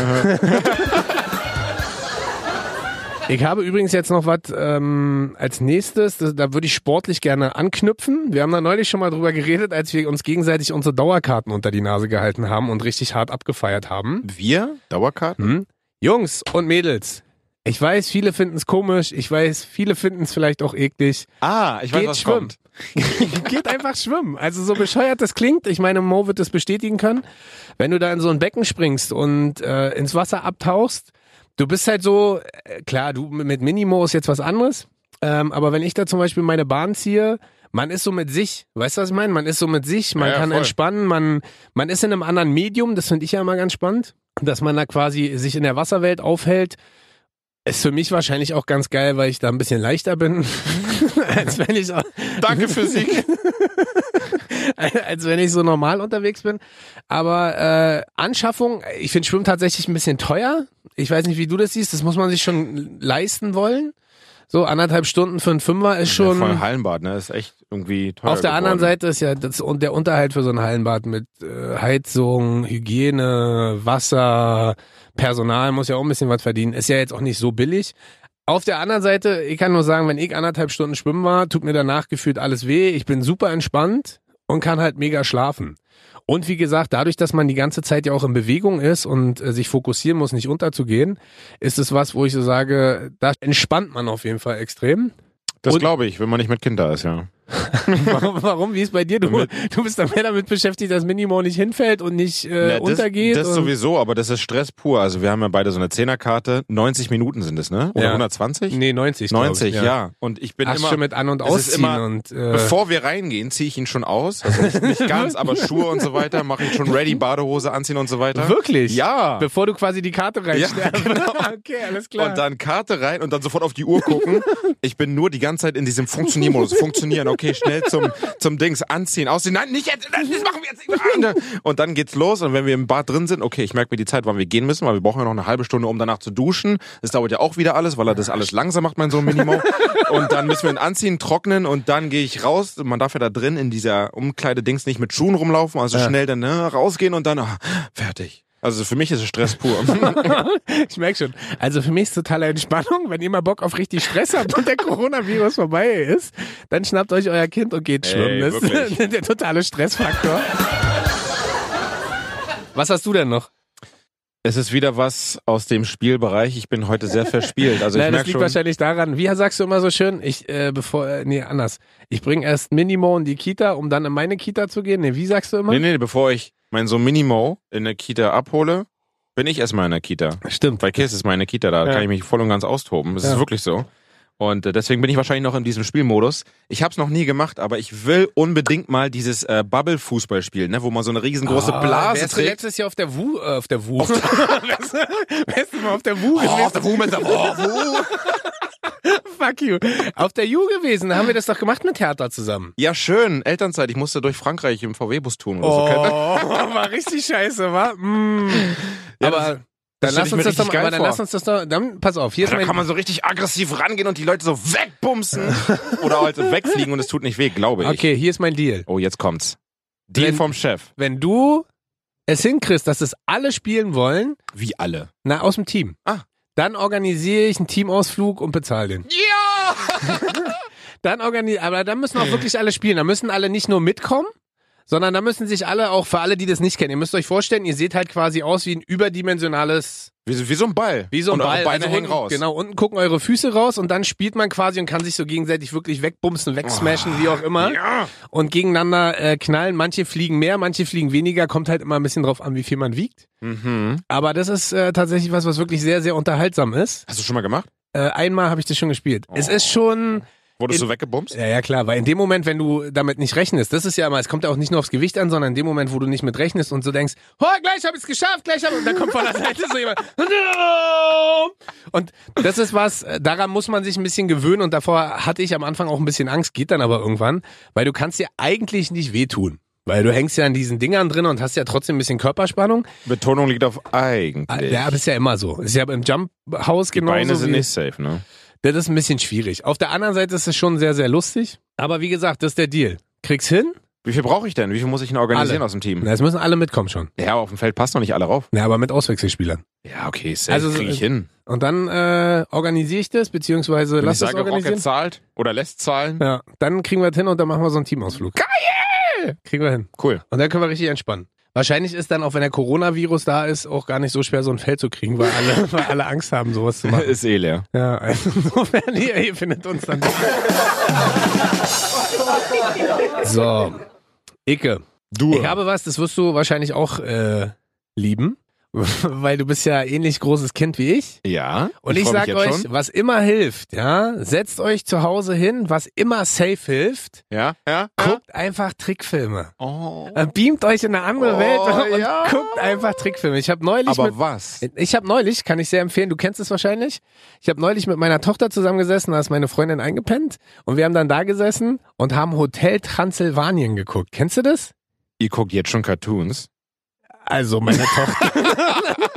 S1: Ich habe übrigens jetzt noch was ähm, als nächstes, das, da würde ich sportlich gerne anknüpfen. Wir haben da neulich schon mal drüber geredet, als wir uns gegenseitig unsere Dauerkarten unter die Nase gehalten haben und richtig hart abgefeiert haben.
S2: Wir? Dauerkarten?
S1: Hm? Jungs und Mädels, ich weiß, viele finden es komisch, ich weiß, viele finden es vielleicht auch eklig.
S2: Ah, ich weiß,
S1: Geht
S2: was
S1: schwimmen.
S2: kommt.
S1: Geht einfach schwimmen. Also so bescheuert das klingt, ich meine, Mo wird das bestätigen können. Wenn du da in so ein Becken springst und äh, ins Wasser abtauchst, du bist halt so, äh, klar, du mit Minimo ist jetzt was anderes, ähm, aber wenn ich da zum Beispiel meine Bahn ziehe, man ist so mit sich, weißt du, was ich meine? Man ist so mit sich, man
S2: Ja, ja,
S1: kann
S2: voll.
S1: entspannen, man, man ist in einem anderen Medium, das finde ich ja immer ganz spannend, dass man da quasi sich in der Wasserwelt aufhält. Ist für mich wahrscheinlich auch ganz geil, weil ich da ein bisschen leichter bin, als wenn ich,
S2: Danke, Physik.
S1: als wenn ich so normal unterwegs bin. Aber äh, Anschaffung, ich finde Schwimmen tatsächlich ein bisschen teuer. Ich weiß nicht, wie du das siehst. Das muss man sich schon leisten wollen. So anderthalb Stunden für einen Fünfer ist schon.
S2: Ja, voll Hallenbad, ne? Ist echt irgendwie teuer.
S1: Auf der
S2: geworden.
S1: anderen Seite ist ja das, und der Unterhalt für so ein Hallenbad mit äh, Heizung, Hygiene, Wasser, Personal muss ja auch ein bisschen was verdienen. Ist ja jetzt auch nicht so billig. Auf der anderen Seite, ich kann nur sagen, wenn ich anderthalb Stunden schwimmen war, tut mir danach gefühlt alles weh. Ich bin super entspannt und kann halt mega schlafen. Und wie gesagt, dadurch, dass man die ganze Zeit ja auch in Bewegung ist und äh, sich fokussieren muss, nicht unterzugehen, ist es was, wo ich so sage, da entspannt man auf jeden Fall extrem.
S2: Das
S1: Und-
S2: glaube ich, wenn man nicht mit Kind da ist, ja.
S1: Warum? Warum? Wie ist bei dir? Du, du bist dann mehr damit beschäftigt, dass Minimo nicht hinfällt und nicht äh,
S2: Ja, Ne, das,
S1: untergeht.
S2: Das
S1: und
S2: sowieso, aber das ist Stress pur. Also wir haben ja beide so eine Zehnerkarte. 90 Minuten sind es, ne? Oder
S1: Ja.
S2: 120?
S1: nee, 90. glaub
S2: 90,
S1: ich,
S2: ja. Und ich bin
S1: Ach,
S2: immer,
S1: schon mit an- und
S2: es ist
S1: ausziehen
S2: immer-
S1: und äh,
S2: bevor wir reingehen, ziehe ich ihn schon aus. Also nicht, nicht ganz, aber Schuhe und so weiter, mache ich schon ready, Badehose anziehen und so weiter.
S1: wirklich?
S2: Ja.
S1: Bevor du quasi die Karte reinstellst.
S2: Ja, genau.
S1: okay, alles klar.
S2: Und dann Karte rein und dann sofort auf die Uhr gucken. Ich bin nur die ganze Zeit in diesem Funktioniermodus. Funktionieren, okay, schnell zum, zum Dings anziehen, ausziehen. Nein, nicht jetzt, das machen wir jetzt. nicht. Und dann geht's los und wenn wir im Bad drin sind, okay, ich merke mir die Zeit, wann wir gehen müssen, weil wir brauchen ja noch eine halbe Stunde, um danach zu duschen. Es dauert ja auch wieder alles, weil er das alles langsam macht, mein Sohn Minimo. Und dann müssen wir ihn anziehen, trocknen und dann gehe ich raus. Man darf ja da drin in dieser Umkleide-Dings nicht mit Schuhen rumlaufen, also schnell dann ne, rausgehen und dann ah, fertig. Also für mich ist es Stress pur.
S1: Ich merke schon. Also für mich ist totale Entspannung. Wenn ihr mal Bock auf richtig Stress habt und der Coronavirus vorbei ist, dann schnappt euch euer Kind und geht schwimmen.
S2: Ey,
S1: Das ist der totale Stressfaktor. Was hast du denn noch?
S2: Es ist wieder was aus dem Spielbereich. Ich bin heute sehr verspielt. Also ich
S1: Nein, Ne, das
S2: merke
S1: liegt
S2: schon,
S1: wahrscheinlich daran, wie sagst du immer so schön, ich, äh, bevor, äh, nee, anders. Ich bringe erst Minimo in die Kita, um dann in meine Kita zu gehen. Nee, wie sagst du immer?
S2: nee, nee, bevor ich meinen Sohn Minimo in der Kita abhole, bin ich erstmal in der Kita.
S1: Stimmt.
S2: Bei Kiss ist meine Kita da, da
S1: Ja.
S2: kann ich mich voll und ganz austoben. Das
S1: Ja.
S2: ist wirklich so. Und äh, deswegen bin ich wahrscheinlich noch in diesem Spielmodus. Ich habe es noch nie gemacht, aber ich will unbedingt mal dieses äh, Bubble-Fußball spielen, ne, wo man so eine riesengroße Blase
S1: wärst du
S2: trägt.
S1: letztes Jahr auf Ah, der Wu, äh, auf der Wu. wärst, du- wärst du mal auf der Wu gewesen?
S2: Moment, oh, wo?
S1: Fuck you. Auf der Ju gewesen, da haben wir das doch gemacht mit Hertha zusammen.
S2: Ja, schön. Elternzeit. Ich musste durch Frankreich im VW-Bus tun. Oder
S1: Oh.
S2: so. Keine-
S1: war richtig scheiße, war. Mm.
S2: Ja, das-
S1: aber
S2: das
S1: dann
S2: stell
S1: lass
S2: ich mir
S1: uns das
S2: richtig
S1: doch mal,
S2: geil
S1: aber dann
S2: vor.
S1: lass uns das doch, dann pass auf, hier ist
S2: Da kann
S1: mein,
S2: man so richtig aggressiv rangehen und die Leute so wegbumsen oder halt so wegfliegen und es tut nicht weh, glaube ich.
S1: okay, hier ist mein Deal.
S2: Oh, jetzt kommt's. Deal
S1: Wenn-
S2: vom Chef.
S1: Wenn du es hinkriegst, dass es alle spielen wollen,
S2: Wie alle.
S1: na, aus dem Team.
S2: Ah.
S1: Dann organisiere ich einen Teamausflug und bezahle den.
S2: Ja!
S1: Dann organis aber dann müssen auch wirklich alle spielen. Da müssen alle nicht nur mitkommen, sondern da müssen sich alle auch, für alle, die das nicht kennen, ihr müsst euch vorstellen, ihr seht halt quasi aus wie ein überdimensionales
S2: Wie, so- wie so ein Ball.
S1: Wie so ein
S2: und
S1: Ball.
S2: Eure Beine
S1: also
S2: hängen
S1: unten,
S2: raus.
S1: Genau, unten gucken eure Füße raus und dann spielt man quasi und kann sich so gegenseitig wirklich wegbumsen, wegsmashen, Oh. wie auch immer.
S2: Ja.
S1: Und gegeneinander äh, knallen. Manche fliegen mehr, manche fliegen weniger. Kommt halt immer ein bisschen drauf an, wie viel man wiegt.
S2: Mhm.
S1: Aber das ist äh, tatsächlich was, was wirklich sehr, sehr unterhaltsam ist.
S2: Hast du schon mal gemacht?
S1: Äh, einmal habe ich das schon gespielt. Es ist schon,
S2: Wurdest
S1: In- Äh.
S2: du weggebumst?
S1: ja, ja klar, weil in dem Moment, wenn du damit nicht rechnest, das ist ja immer, es kommt ja auch nicht nur aufs Gewicht an, sondern in dem Moment, wo du nicht mit rechnest und so denkst, ho, gleich hab ich's geschafft, gleich hab ich, und dann kommt von der Seite so jemand, und das ist was, äh, daran muss man sich ein bisschen gewöhnen und davor hatte ich am Anfang auch ein bisschen Angst, geht dann aber irgendwann, weil du kannst dir eigentlich nicht wehtun. Weil du hängst ja an diesen Dingern drin und hast ja trotzdem ein bisschen Körperspannung.
S2: Betonung liegt auf eigentlich.
S1: Ja, aber ist ja immer so. Ist ja im Jump-Haus genauso.
S2: Beine sind
S1: wie-
S2: nicht safe, ne?
S1: das ist ein bisschen schwierig. Auf der anderen Seite ist es schon sehr, sehr lustig. Aber wie gesagt, das ist der Deal. Krieg's hin?
S2: Wie viel brauche ich denn? Wie viel muss ich denn organisieren
S1: Alle. Ne.
S2: aus dem Team?
S1: Na, es müssen alle mitkommen schon.
S2: Ja, aber auf dem Feld passt noch nicht alle rauf.
S1: Na, aber mit Auswechselspielern.
S2: Ja, okay, safe.
S1: Also,
S2: krieg ich hin.
S1: Und dann äh, organisiere ich das, beziehungsweise
S2: Wenn
S1: lass
S2: ich
S1: das
S2: sage, Rocket
S1: organisieren.
S2: zahlt oder lässt zahlen.
S1: Ja, dann kriegen wir das hin und dann machen wir so einen Teamausflug. Geil! Kriegen wir hin.
S2: Cool.
S1: Und dann können wir richtig entspannen. Wahrscheinlich ist dann auch, wenn der Coronavirus da ist, auch gar nicht so schwer, so ein Feld zu kriegen, weil alle, weil alle Angst haben, sowas zu machen.
S2: Ist eh leer.
S1: Ja, also insofern, ihr, ihr findet uns dann. so, Icke.
S2: Du.
S1: Ich habe was, das wirst du wahrscheinlich auch äh, lieben. weil du bist ja ähnlich großes Kind wie ich.
S2: Ja.
S1: Und ich,
S2: freu mich
S1: sag
S2: jetzt
S1: euch,
S2: schon.
S1: was immer hilft, ja, setzt euch zu Hause hin, was immer safe hilft,
S2: Ja, ja. ja.
S1: guckt einfach Trickfilme.
S2: Oh.
S1: Äh, Beamt euch in eine andere
S2: Oh,
S1: Welt und
S2: ja.
S1: guckt einfach Trickfilme. Ich habe neulich mit
S2: Aber was?
S1: ich habe neulich, kann ich sehr empfehlen, du kennst es wahrscheinlich. Ich habe neulich mit meiner Tochter zusammengesessen, da ist meine Freundin eingepennt und wir haben dann da gesessen und haben Hotel Transsilvanien geguckt. Kennst du das?
S2: Ihr guckt jetzt schon Cartoons.
S1: Also meine Tochter.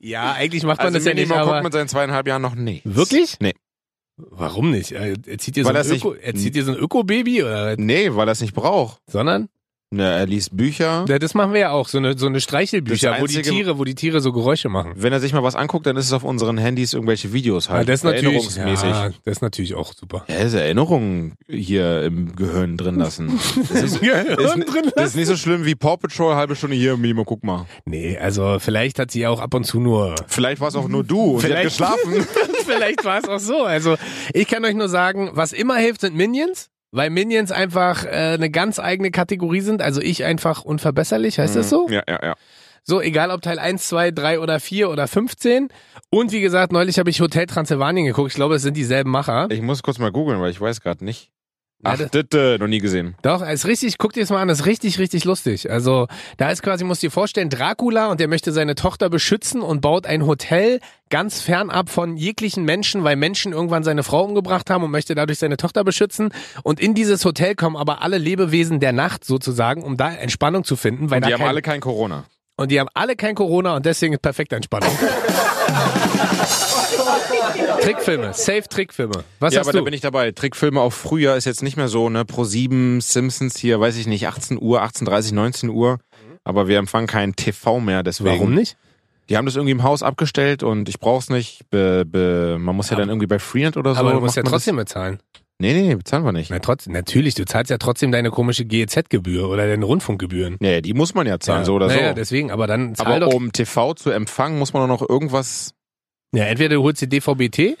S1: ja, eigentlich macht man
S2: Also
S1: das ja nicht,
S2: Minimo guckt
S1: aber
S2: mit seinen zweieinhalb Jahren noch nicht.
S1: Wirklich?
S2: Nee.
S1: warum nicht? Äh, Erzieht ihr so
S2: Weil
S1: ein
S2: das nicht-
S1: Öko, erzieht ihr so ein Öko-Baby oder
S2: Nee, weil er es nicht braucht.
S1: sondern?
S2: Ne, er liest Bücher.
S1: Ja, das machen wir ja auch, so eine so eine Streichelbücher,
S2: Das
S1: wo die
S2: einzige-
S1: Tiere, wo die Tiere so Geräusche machen.
S2: Wenn er sich mal was anguckt, dann ist es auf unseren Handys irgendwelche Videos
S1: Ja,
S2: halt.
S1: das ist natürlich,
S2: Erinnerungsmäßig.
S1: ja, das ist natürlich auch super.
S2: Ja, ist Erinnerungen hier im Gehirn drin lassen. Das ist, ist, das ist nicht so schlimm wie Paw Patrol, halbe Stunde hier, Minimo, guck mal.
S1: Nee, also vielleicht hat sie ja auch ab und zu nur.
S2: Vielleicht war es auch nur du und sie hat
S1: Vielleicht-
S2: geschlafen.
S1: vielleicht war es auch so. Also ich kann euch nur sagen, was immer hilft, sind Minions. Weil Minions einfach äh, eine ganz eigene Kategorie sind. Also ich einfach unverbesserlich, heißt das so?
S2: Mhm. Ja, ja, ja.
S1: So, egal ob Teil 1, 2, 3 oder 4 oder 15. Und wie gesagt, neulich habe ich Hotel Transylvanien geguckt. Ich glaube, es sind dieselben Macher.
S2: Ich muss kurz mal googeln, weil ich weiß gerade nicht.
S1: Ja,
S2: Ach,
S1: das-
S2: ditte, noch nie gesehen.
S1: Doch, es ist richtig, guck dir das mal an, es ist richtig, richtig lustig. Also, da ist quasi, musst du dir vorstellen, Dracula und der möchte seine Tochter beschützen und baut ein Hotel ganz fernab von jeglichen Menschen, weil Menschen irgendwann seine Frau umgebracht haben und möchte dadurch seine Tochter beschützen. Und in dieses Hotel kommen aber alle Lebewesen der Nacht sozusagen, um da Entspannung zu finden. Weil
S2: Und
S1: da
S2: die haben
S1: kein,
S2: alle kein Corona.
S1: und die haben alle kein Corona und deswegen ist perfekte Entspannung. Trickfilme, safe Trickfilme. Was
S2: ja,
S1: hast
S2: aber
S1: du?
S2: da bin ich dabei. Trickfilme auch früher ist jetzt nicht mehr so, ne? Pro 7, Simpsons hier, weiß ich nicht, 18 Uhr, 18.30, 19 Uhr. Aber wir empfangen keinen TV mehr, deswegen.
S1: Warum nicht?
S2: Die haben das irgendwie im Haus abgestellt und ich brauch's nicht. Be, be, man muss ja dann irgendwie bei Freenet oder so.
S1: Aber du musst ja
S2: macht man
S1: trotzdem bezahlen.
S2: Das. Nee, nee, nee, bezahlen wir nicht.
S1: Na, trotz, natürlich, du zahlst ja trotzdem deine komische GEZ-Gebühr oder deine Rundfunkgebühren.
S2: Nee, die muss man ja zahlen, so oder
S1: naja,
S2: so.
S1: deswegen, aber dann zahl
S2: Aber
S1: doch.
S2: um TV zu empfangen, muss man doch noch irgendwas.
S1: Ja, entweder du holst dir DVB-T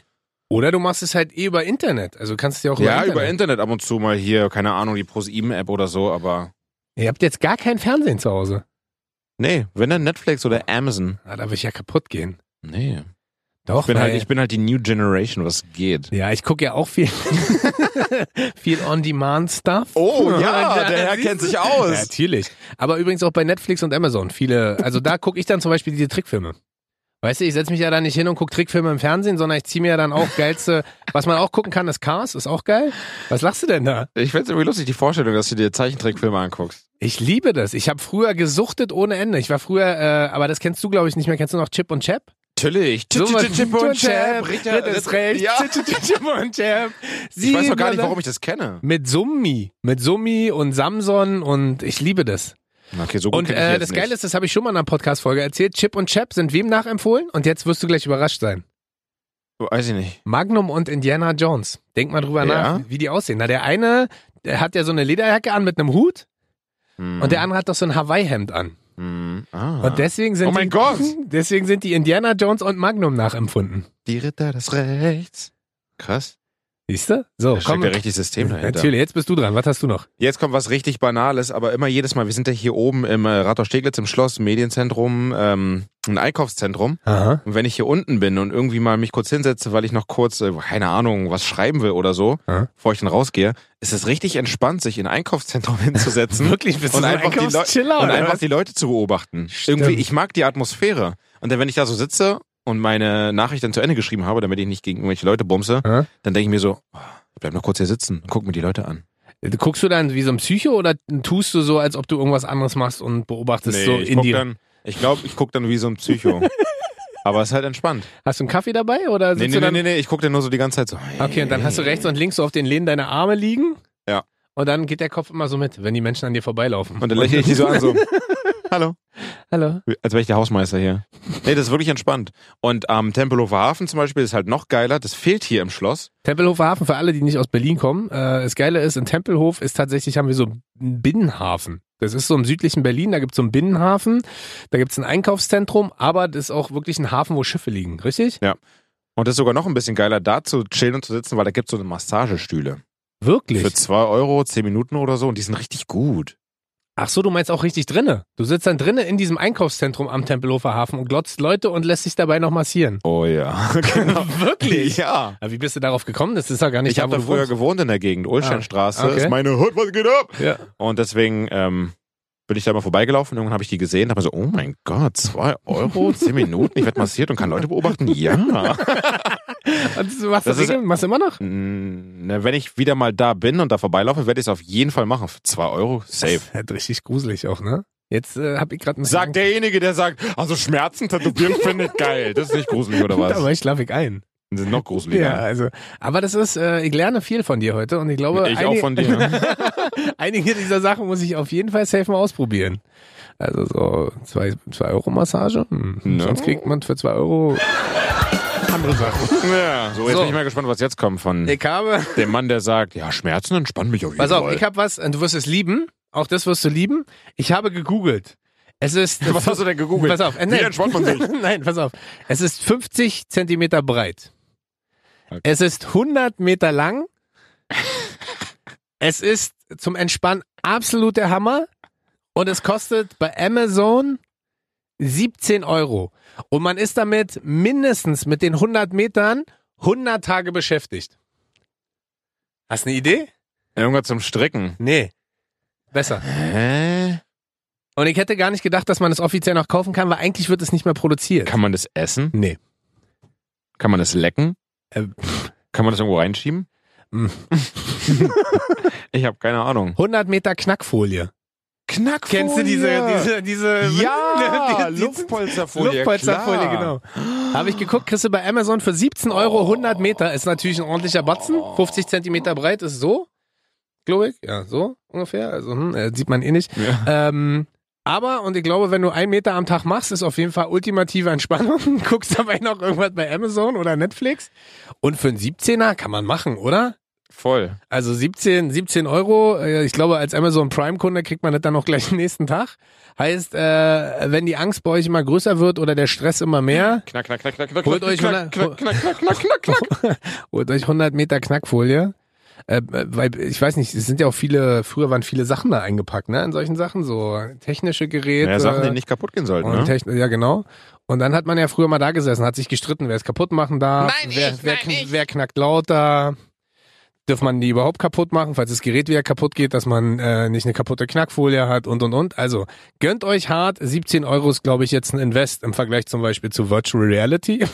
S1: oder du machst es halt eh über Internet. Also kannst es ja auch über
S2: ja,
S1: Internet.
S2: über Internet ab und zu mal hier, keine Ahnung, die ProSieben-App oder so, aber.
S1: Ihr habt jetzt gar kein Fernsehen zu Hause.
S2: Nee, wenn dann Netflix oder Amazon.
S1: Ah, da würde ich ja kaputt gehen.
S2: Nee.
S1: Doch,
S2: Ich bin,
S1: weil,
S2: halt, ich bin halt die New Generation, was geht.
S1: ja, ich gucke ja auch viel, viel On-Demand-Stuff.
S2: Oh
S1: Ja, siehst du? Ja,
S2: aus.
S1: natürlich. Aber übrigens auch bei Netflix und Amazon. Viele, also da gucke ich dann zum Beispiel diese Trickfilme. Weißt du, ich setze mich ja da nicht hin und gucke Trickfilme im Fernsehen, sondern ich ziehe mir ja dann auch geilste, was man auch gucken kann, ist Cars, ist auch geil. Was lachst du denn da?
S2: Ich find's irgendwie lustig, die Vorstellung, dass du dir Zeichentrickfilme anguckst.
S1: Ich liebe das. Ich habe früher gesuchtet ohne Ende. Ich war früher, äh, aber das kennst du, glaube ich, nicht mehr. Kennst du noch Chip und Chap?
S2: Natürlich.
S1: Ritter ist recht.
S2: Ja.
S1: Chip und Chap.
S2: Ich weiß noch gar nicht, warum ich das kenne.
S1: Mit Summi. Mit Summi und Samson und ich liebe das.
S2: Okay, so gut
S1: Und
S2: kenn ich
S1: äh,
S2: jetzt
S1: das
S2: nicht.
S1: Geile ist, das habe ich schon mal in einer Podcast-Folge erzählt. Chip und Chap sind wem nachempfohlen? Und jetzt wirst du gleich überrascht sein.
S2: Oh, Weiß ich nicht.
S1: Magnum und Indiana Jones. Denk mal drüber
S2: Ja.
S1: nach, wie die aussehen. Na, der eine der hat ja so eine Lederjacke an mit einem Hut
S2: Hm.
S1: und der andere hat doch so ein Hawaii-Hemd an.
S2: Hm. Ah.
S1: Und deswegen sind
S2: Oh mein
S1: die,
S2: Gott!
S1: deswegen sind die Indiana Jones und Magnum nachempfunden.
S2: die Ritter des Rechts. Krass.
S1: Siehst du? So,
S2: Da
S1: Oh, komm.
S2: steckt ja richtig System dahinter.
S1: Natürlich, jetzt bist du dran. Was hast du noch?
S2: Jetzt kommt was richtig Banales, aber immer jedes Mal. Wir sind ja hier oben im äh, Rathaus Steglitz im Schloss, Medienzentrum, ähm, ein Einkaufszentrum.
S1: Aha.
S2: Und wenn ich hier unten bin und irgendwie mal mich kurz hinsetze, weil ich noch kurz, äh, keine Ahnung, was schreiben will oder so,
S1: Ja.
S2: bevor ich dann rausgehe, ist es richtig entspannt, sich in ein Einkaufszentrum hinzusetzen.
S1: Wirklich, bist
S2: und
S1: du so ein
S2: einfach, die, Leu-
S1: Einkaufschiller,
S2: und
S1: oder
S2: einfach
S1: was?
S2: die Leute zu beobachten. Irgendwie, ich mag die Atmosphäre. Und dann, wenn ich da so sitze und meine Nachricht dann zu Ende geschrieben habe, damit ich nicht gegen irgendwelche Leute bumse,
S1: Ja.
S2: dann denke ich mir so, oh, ich bleib noch kurz hier sitzen, und guck mir die Leute an.
S1: Guckst du dann wie so ein Psycho oder tust du so, als ob du irgendwas anderes machst und beobachtest so
S2: ich
S1: in
S2: guck
S1: die
S2: dann, ich glaube, ich guck dann wie so ein Psycho. Aber es ist halt entspannt.
S1: Hast du einen Kaffee dabei oder sitzt
S2: Nee, nee,
S1: du
S2: nee,
S1: dann?
S2: nee, nee, ich guck dann nur so die ganze Zeit so.
S1: Okay, und dann hast du rechts und links so auf den Lehnen deine Arme liegen.
S2: Ja.
S1: Und dann geht der Kopf immer so mit, wenn die Menschen an dir vorbeilaufen.
S2: Und dann lächle ich die so an, so. Hallo.
S1: Hallo.
S2: Als wäre ich der Hausmeister hier. Nee, das ist wirklich entspannt. Und am Tempelhofer Hafen zum Beispiel ist halt noch geiler. Das fehlt hier im Schloss.
S1: Tempelhofer Hafen, für alle, die nicht aus Berlin kommen. Äh, das Geile ist, in Tempelhof ist tatsächlich, haben wir so einen Binnenhafen. Das ist so im südlichen Berlin, da gibt es so einen Binnenhafen, da gibt es ein Einkaufszentrum, aber das ist auch wirklich ein Hafen, wo Schiffe liegen, richtig?
S2: Und das ist sogar noch ein bisschen geiler, da zu chillen und zu sitzen, weil da gibt es so eine Massagestühle.
S1: Wirklich?
S2: Für 2 Euro, 10 Minuten oder so. Und die sind richtig gut.
S1: Ach so, du meinst auch richtig drinne. Du sitzt dann drinne in diesem Einkaufszentrum am Tempelhofer Hafen und glotzt Leute und lässt sich dabei noch massieren.
S2: Oh ja, genau.
S1: Wirklich?
S2: Ja.
S1: Aber wie bist du darauf gekommen? Das ist ja gar nicht
S2: Ich
S1: wo
S2: habe da
S1: du
S2: früher
S1: wohnst.
S2: gewohnt in der Gegend, Ulsteinstraße.
S1: Ah, okay.
S2: Ist meine Hut, was geht ab?
S1: Ja.
S2: Und deswegen ähm, bin ich da mal vorbeigelaufen. Irgendwann habe ich die gesehen. Da habe ich so, oh mein Gott, zwei Euro, zehn Minuten. Ich werde massiert und kann Leute beobachten. Ja.
S1: Und du machst
S2: Das
S1: das,
S2: ist-
S1: regel- machst du immer noch?
S2: Mm, na, Wenn ich wieder mal da bin und da vorbeilaufe, werde ich es auf jeden Fall machen. Für zwei Euro, safe.
S1: Das ist halt richtig gruselig auch, ne? Jetzt äh, habe ich gerade
S2: Sagt derjenige, der sagt, also Schmerzen tätowieren finde ich geil. Das ist nicht gruselig, oder was?
S1: aber ich schlafe ich ein.
S2: Das ist noch
S1: Ja.
S2: gruseliger.
S1: also, aber das ist, äh, ich lerne viel von dir heute und ich glaube,
S2: ich auch
S1: einige,
S2: von dir.
S1: einige dieser Sachen muss ich auf jeden Fall safe mal ausprobieren. Also so zwei, zwei Euro Massage, hm.
S2: No.
S1: sonst kriegt man für zwei Euro andere Sachen.
S2: ja, so, jetzt
S1: So.
S2: bin ich mal gespannt, was jetzt kommt von
S1: Ich habe
S2: dem Mann, der sagt, ja, Schmerzen entspannen mich auf jeden
S1: Pass
S2: Fall.
S1: auf, ich habe was, und du wirst es lieben. Auch das wirst du lieben. Ich habe gegoogelt. Es ist.
S2: Was hast du denn gegoogelt?
S1: Pass auf. äh,
S2: Wie
S1: nein.
S2: entspannt man sich?
S1: nein, pass auf. Es ist 50 Zentimeter breit.
S2: Okay.
S1: Es ist 100 Meter lang. es ist zum Entspannen absolut der Hammer. Und es kostet bei Amazon 17 Euro. Und man ist damit mindestens mit den 100 Metern 100 Tage beschäftigt. Hast du eine Idee?
S2: Irgendwas zum Stricken.
S1: Nee. Besser.
S2: Hä?
S1: Und ich hätte gar nicht gedacht, dass man es offiziell noch kaufen kann, weil eigentlich wird es nicht mehr produziert.
S2: Kann man das essen?
S1: nee.
S2: Kann man das lecken?
S1: Ähm.
S2: Kann man das irgendwo reinschieben?
S1: Mm.
S2: ich habe keine Ahnung.
S1: 100 Meter Knackfolie.
S2: Knack.
S1: Kennst du diese, diese, diese
S2: Ja,
S1: die- die-
S2: Luftpolsterfolie.
S1: Luftpolsterfolie,
S2: klar. Oh.
S1: genau. Habe ich geguckt, kriegst du bei Amazon für 17 Euro 100 Meter. Ist natürlich ein ordentlicher Batzen. 50 Zentimeter breit ist so, glaube ich. Ja, so ungefähr. Also hm, äh, sieht man eh nicht.
S2: Ja.
S1: Ähm, aber, und ich glaube, wenn du einen Meter am Tag machst, ist auf jeden Fall ultimative Entspannung. Guckst dabei noch irgendwas bei Amazon oder Netflix. Und für einen 17er kann man machen, oder?
S2: Voll.
S1: Also 17, 17 Euro, äh, ich glaube, als Amazon Prime-Kunde kriegt man das dann auch gleich am nächsten Tag. Heißt, äh, wenn die Angst bei euch immer größer wird oder der Stress immer mehr,
S2: Knack, knack, knack, knack, knack.
S1: Holt euch
S2: knack,
S1: mal-
S2: knack, knack, knack, knack, knack, knack.
S1: holt euch 100 Meter Knackfolie. Äh, äh, weil, ich weiß nicht, es sind ja auch viele, früher waren viele Sachen da eingepackt, ne, in solchen Sachen, so technische Geräte.
S2: Ja, Sachen, die nicht kaputt gehen sollten,
S1: Und
S2: ne?
S1: Techn ja, genau. Und dann hat man ja früher mal da gesessen, hat sich gestritten, wer es kaputt machen darf,
S3: Nein,
S1: wer,
S3: ich,
S1: wer,
S3: nein, ich.
S1: wer knackt lauter, dürft man die überhaupt kaputt machen, falls das Gerät wieder kaputt geht, dass man äh, nicht eine kaputte Knackfolie hat und und und. Also gönnt euch hart, 17 Euro ist glaube ich jetzt ein Invest im Vergleich zum Beispiel zu Virtual Reality. das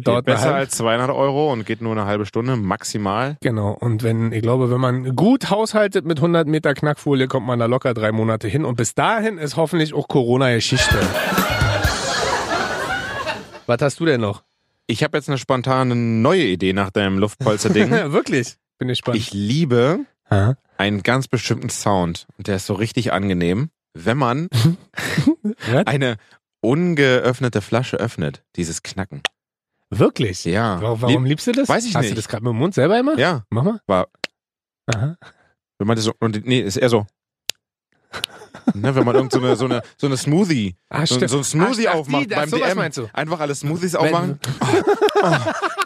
S2: Geht
S1: dauert eine
S2: besser
S1: halbe-
S2: als 200 Euro und geht nur eine halbe Stunde maximal.
S1: Genau, und wenn, ich glaube, wenn man gut haushaltet mit 100 Meter Knackfolie, kommt man da locker drei Monate hin. Und bis dahin ist hoffentlich auch Corona-Geschichte. Was hast du denn noch?
S2: Ich habe jetzt eine spontane neue Idee nach deinem Luftpolster-Ding.
S1: Ja, wirklich? Bin ich gespannt.
S2: ich liebe
S1: Aha.
S2: einen ganz bestimmten Sound. Und der ist so richtig angenehm, wenn man
S1: Was?
S2: eine ungeöffnete Flasche öffnet. Dieses Knacken.
S1: Wirklich?
S2: Ja.
S1: Warum, warum liebst du das?
S2: Weiß ich
S1: hast
S2: nicht.
S1: du das gerade mit dem Mund selber immer?
S2: Ja.
S1: Mach mal.
S2: War-
S1: Aha.
S2: Wenn man das so, und, nee, ist eher so. ne, wenn man irgend so eine, so eine, so eine Smoothie,
S1: Ah,
S2: so, so ein Smoothie
S1: Ach, ach, die,
S2: aufmacht
S1: ach,
S2: beim
S1: sowas
S2: DM.
S1: meinst du?
S2: Einfach alle Smoothies aufmachen.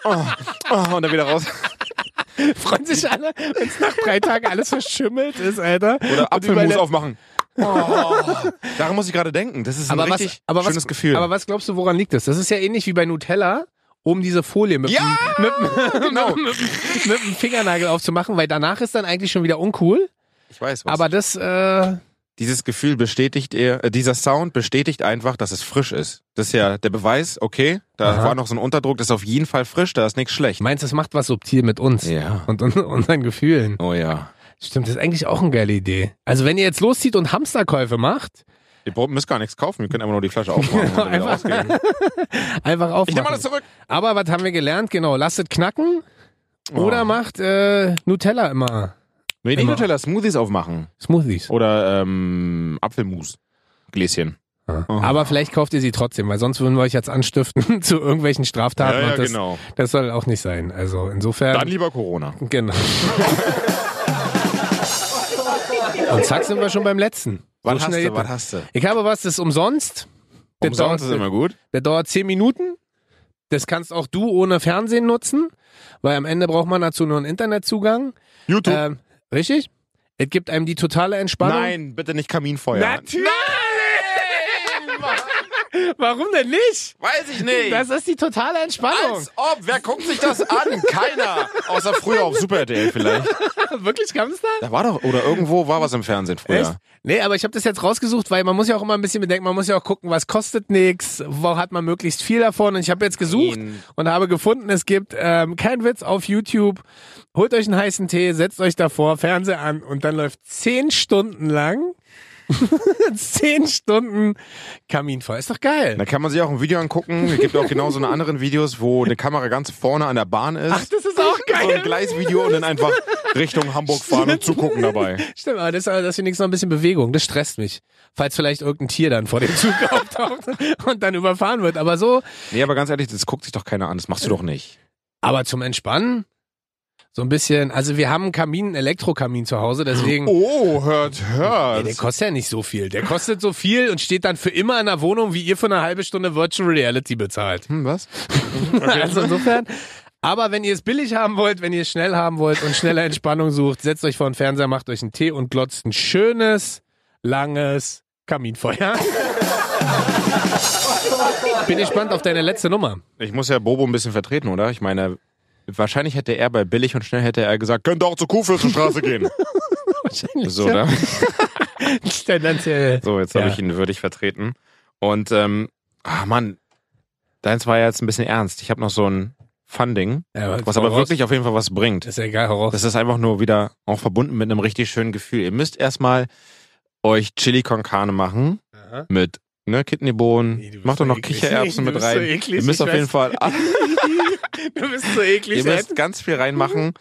S2: Oh, oh, und dann wieder raus.
S1: Freuen sich alle, wenn es nach drei Tagen alles verschimmelt ist, Alter.
S2: Oder
S1: Und überall-
S2: Apfelmus aufmachen. Oh, daran muss ich gerade denken. Das ist ein
S1: Aber was-
S2: richtig
S1: aber was-
S2: schönes Gefühl.
S1: Aber was glaubst du, woran liegt das? Das ist ja ähnlich wie bei Nutella, um diese Folie mit,
S2: Ja,
S1: dem, mit,
S2: genau.
S1: mit, mit dem Fingernagel aufzumachen, weil danach ist dann eigentlich schon wieder uncool.
S2: ich weiß was.
S1: Aber das, äh,
S2: dieses Gefühl bestätigt er, äh, dieser Sound bestätigt einfach, dass es frisch ist. Das ist ja der Beweis, okay, da
S1: Aha.
S2: war noch so ein Unterdruck, das ist auf jeden Fall frisch, da ist nichts schlecht.
S1: meinst das macht was subtil mit uns
S2: Ja.
S1: und un unseren Gefühlen.
S2: Oh ja.
S1: Stimmt, das ist eigentlich auch eine geile Idee. Also wenn ihr jetzt loszieht und Hamsterkäufe macht,
S2: Wir brauchen- müssen gar nichts kaufen, wir können einfach nur die Flasche aufmachen und dann wieder
S1: Einfach-
S2: rausgehen.
S1: einfach
S2: Ich nehme
S1: aufmachen.
S2: alles zurück.
S1: Aber was haben wir gelernt? Genau, lasst es knacken
S2: Oh.
S1: oder macht äh, Nutella immer
S2: Nee, die
S1: Immer.
S2: Nutella Smoothies aufmachen.
S1: Smoothies.
S2: Oder ähm, Apfelmus. Gläschen. Oh.
S1: Aber vielleicht kauft ihr sie trotzdem, weil sonst würden wir euch jetzt anstiften zu irgendwelchen Straftaten. und das, ähm, Das soll auch nicht sein. Also insofern.
S2: genau. Dann lieber Corona.
S1: genau. Und zack, sind wir schon beim letzten.
S2: Was hast
S1: schnell
S2: du?
S1: geht
S2: Was
S1: das.
S2: hast du?
S1: Ich habe was, das ist umsonst. Der
S2: Umsonst ist
S1: dauert,
S2: immer gut.
S1: der dauert zehn Minuten. Das kannst auch du ohne Fernsehen nutzen, weil am Ende braucht man dazu nur einen Internetzugang.
S2: YouTube.
S1: Ähm, richtig? Es gibt einem die totale Entspannung.
S2: Nein, bitte nicht Kaminfeuer.
S1: Natürlich!
S2: Mann,
S1: Warum denn nicht?
S2: Weiß ich nicht.
S1: Das ist die totale Entspannung.
S2: Als ob, wer guckt sich das an? Keiner. Außer früher auf Super RTL vielleicht.
S1: Wirklich kam es da?
S2: Da war doch, oder irgendwo war was im Fernsehen früher.
S1: Echt? Nee, aber ich habe das jetzt rausgesucht, weil man muss ja auch immer ein bisschen bedenken, man muss ja auch gucken, was kostet nix, wo hat man möglichst viel davon. Und ich habe jetzt gesucht
S2: Nein.
S1: und habe gefunden, es gibt ähm, kein Witz auf YouTube. Holt euch einen heißen Tee, setzt euch davor, Fernseher an und dann läuft zehn Stunden lang. zehn Stunden Kaminfeuer. Ist doch geil.
S2: Da kann man sich auch ein Video angucken. Es gibt auch genau so eine anderen Videos, wo eine Kamera ganz vorne an der Bahn ist.
S1: Ach, das ist auch
S2: so ein
S1: geil.
S2: Gleisvideo und dann einfach Richtung Hamburg fahren und zugucken dabei.
S1: Stimmt, aber das, aber das wenigstens noch ein bisschen Bewegung. Das stresst mich. Falls vielleicht irgendein Tier dann vor dem Zug auftaucht und dann überfahren wird. Aber so,
S2: Nee, aber ganz ehrlich, das guckt sich doch keiner an. Das machst du doch nicht.
S1: aber zum Entspannen, so ein bisschen, also wir haben einen Kamin, einen Elektrokamin zu Hause, deswegen,
S2: Oh, hört,
S1: ey, der
S2: hört.
S1: kostet ja nicht so viel. Der kostet so viel und steht dann für immer in der Wohnung, wie ihr für eine halbe Stunde Virtual Reality bezahlt.
S2: Hm, was?
S1: Also insofern, aber wenn ihr es billig haben wollt, wenn ihr es schnell haben wollt und schnelle Entspannung sucht, setzt euch vor den Fernseher, macht euch einen Tee und glotzt ein schönes, langes Kaminfeuer. Bin gespannt auf deine letzte Nummer.
S2: Ich muss ja Bobo ein bisschen vertreten, oder? Ich meine, wahrscheinlich hätte er bei Billig und Schnell hätte er gesagt, könnt ihr auch zur Kuhfürstenstraße gehen.
S1: Wahrscheinlich.
S2: So, oder?
S1: Tendenziell.
S2: So, jetzt habe
S1: Ja.
S2: ich ihn würdig vertreten. Und, ähm, ah Mann, deins war ja jetzt ein bisschen ernst. Ich habe noch so ein Funding,
S1: Ja,
S2: was aber
S1: voraus-
S2: wirklich auf jeden Fall was bringt.
S1: Ist ja egal, hau raus.
S2: Das ist einfach nur wieder auch verbunden mit einem richtig schönen Gefühl. Ihr müsst erstmal euch Chili con Carne machen
S1: Aha.
S2: mit ne, Kidneybohnen.
S1: Nee, du bist
S2: Macht doch
S1: so
S2: noch
S1: eklig.
S2: Kichererbsen
S1: Du
S2: mit
S1: bist so
S2: rein.
S1: eklig,
S2: ihr müsst
S1: ich
S2: auf jeden
S1: weiß.
S2: Fall
S1: du bist so eklig.
S2: ihr müsst ganz viel reinmachen,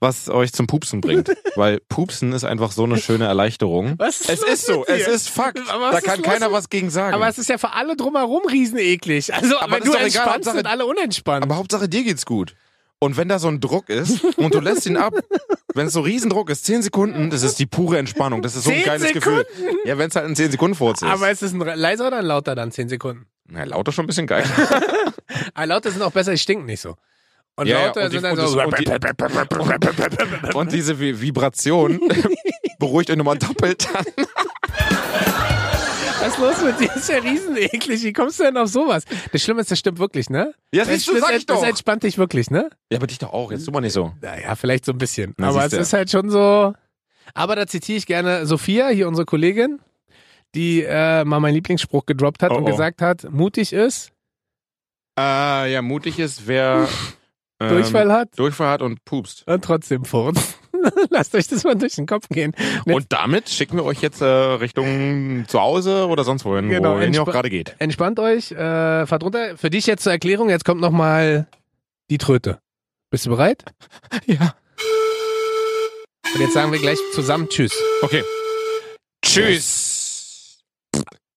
S2: was euch zum Pupsen bringt, weil Pupsen ist einfach so eine schöne Erleichterung.
S1: Was ist
S2: Es
S1: los
S2: ist so,
S1: mit dir?
S2: es ist Fakt.
S1: Aber was
S2: Da
S1: ist
S2: kann
S1: los
S2: keiner
S1: mit-
S2: was gegen sagen.
S1: Aber es ist ja für alle drumherum riesen eklig. Also,
S2: Aber
S1: wenn
S2: das ist
S1: du
S2: doch egal,
S1: entspannst,
S2: Hauptsache-
S1: sind alle unentspannt.
S2: Aber Hauptsache dir geht's gut. Und wenn da so ein Druck ist und du lässt ihn ab, wenn es so Riesendruck ist, 10 Sekunden, das ist die pure Entspannung. Das ist so ein
S1: 10
S2: geiles
S1: Sekunden?
S2: Gefühl. Ja, wenn es halt in 10 Sekunden Furz ist.
S1: Aber es ist ein re- leiser oder ein lauter dann? Zehn Sekunden.
S2: Na, lauter schon ein bisschen geil.
S1: Ah, lauter sind auch besser, die stinken nicht so. Und
S2: Ja, ja,
S1: lauter
S2: und die-
S1: sind dann
S2: und
S1: so.
S2: das- und Und diese Vi- Vibration beruhigt euch nochmal doppelt.
S1: Was ist los mit dir? Das ist ja riesen eklig. Wie kommst du denn auf sowas? Das Schlimme ist, das stimmt wirklich, ne?
S2: Ja, das siehst du,
S1: das,
S2: sag
S1: das,
S2: ich doch.
S1: das entspannt dich wirklich, ne?
S2: Ja, aber dich doch auch. Jetzt tu mal nicht so.
S1: Naja, vielleicht so ein bisschen.
S2: Na,
S1: Aber es
S2: siehste.
S1: ist halt schon so. Aber da zitiere ich gerne Sophia, hier unsere Kollegin, die äh, mal meinen Lieblingsspruch gedroppt hat
S2: Oh,
S1: und
S2: oh.
S1: gesagt hat, mutig ist,
S2: Äh, ja, mutig ist, wer ähm,
S1: Durchfall hat
S2: Durchfall hat und pupst.
S1: und trotzdem furzt. Lasst euch das mal durch den Kopf gehen. Jetzt-
S2: Und damit schicken wir euch jetzt äh, Richtung zu Hause oder sonst wohin,
S1: Genau,
S2: wo ihr auch
S1: entspa-
S2: gerade geht.
S1: Entspannt euch, äh, fahrt runter. Für dich jetzt zur Erklärung, jetzt kommt nochmal die Tröte. Bist du bereit?
S2: Ja.
S1: Und jetzt sagen wir gleich zusammen Tschüss.
S2: Okay. Tschüss.